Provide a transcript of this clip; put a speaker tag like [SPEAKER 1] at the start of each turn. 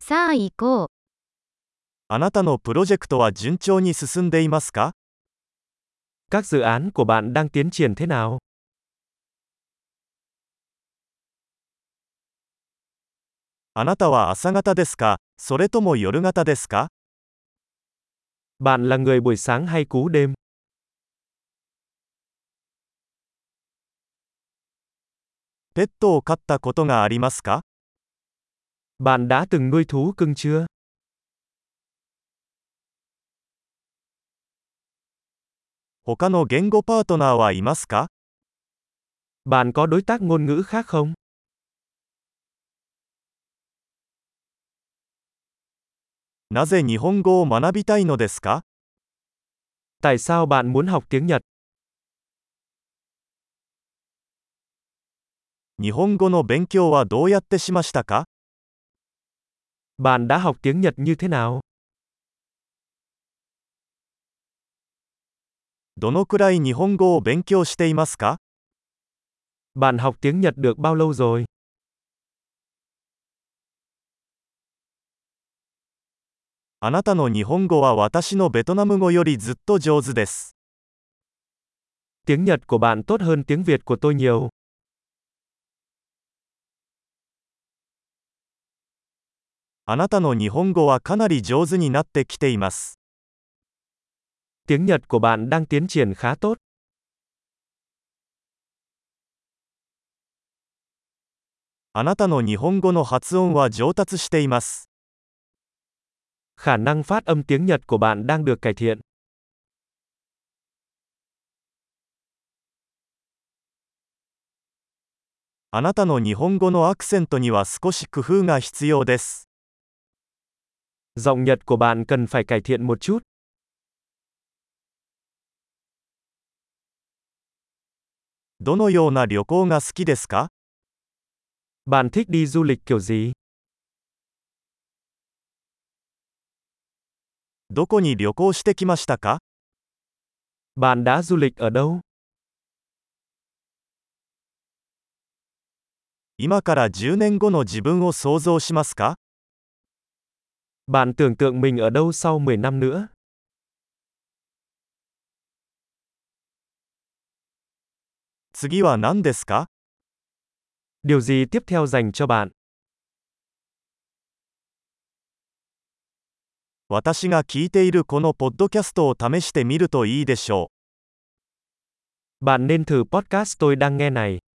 [SPEAKER 1] さあ行こう。
[SPEAKER 2] あなたのプロジェクトは順調に進んでいますか
[SPEAKER 3] Các dự án của bạn đang tiến triển thế nào?
[SPEAKER 2] あなたは朝方ですかそれとも夜型ですか
[SPEAKER 3] Bạn là người buổi sáng hay cú đêm?
[SPEAKER 2] ペットを飼ったことがありますか
[SPEAKER 3] Bạn đã từng nuôi thú cưng chưa?
[SPEAKER 2] 他の言語パートナーはいますか
[SPEAKER 3] Bạn có đối tác ngôn ngữ khác không?
[SPEAKER 2] なぜ日本語を学びたいのですか
[SPEAKER 3] Tại sao bạn muốn học tiếng Nhật?
[SPEAKER 2] 日本語の勉強はどうやってしましたか
[SPEAKER 3] Bạn đã học tiếng Nhật như thế nào?
[SPEAKER 2] どのくらい日本語を勉強していますか
[SPEAKER 3] Bạn học tiếng Nhật được bao lâu rồi?
[SPEAKER 2] あなたの日本語は私のベトナム語よりずっと上手です。
[SPEAKER 3] Tiếng Nhật của bạn tốt hơn tiếng Việt của tôi nhiều.
[SPEAKER 2] あなたの日本語はかなり上手になってきています。
[SPEAKER 3] Tiếng Nhật của bạn đang tiến triển khá tốt.
[SPEAKER 2] あなたの日本語の発音は上達しています。
[SPEAKER 3] Khả năng phát âm tiếng Nhật của bạn đang được cải thiện.
[SPEAKER 2] あなたの日本語のアクセントには少し工夫が必要です。
[SPEAKER 3] Giọng Nhật của bạn cần phải cải thiện một chút.
[SPEAKER 2] どのような旅行が好きですか
[SPEAKER 3] Bạn thích đi du lịch kiểu gì?
[SPEAKER 2] どこに旅行してきましたか
[SPEAKER 3] Bạn đã du lịch ở đâu?
[SPEAKER 2] 今から10年後の自分を想像しますか
[SPEAKER 3] Bạn tưởng tượng mình ở đâu sau 10 năm nữa?
[SPEAKER 2] 次は何ですか
[SPEAKER 3] Điều gì tiếp theo dành cho bạn?
[SPEAKER 2] 私が聞いているこのポッドキャストを試してみるといいでしょう。
[SPEAKER 3] Bạn nên thử podcast tôi đang nghe này.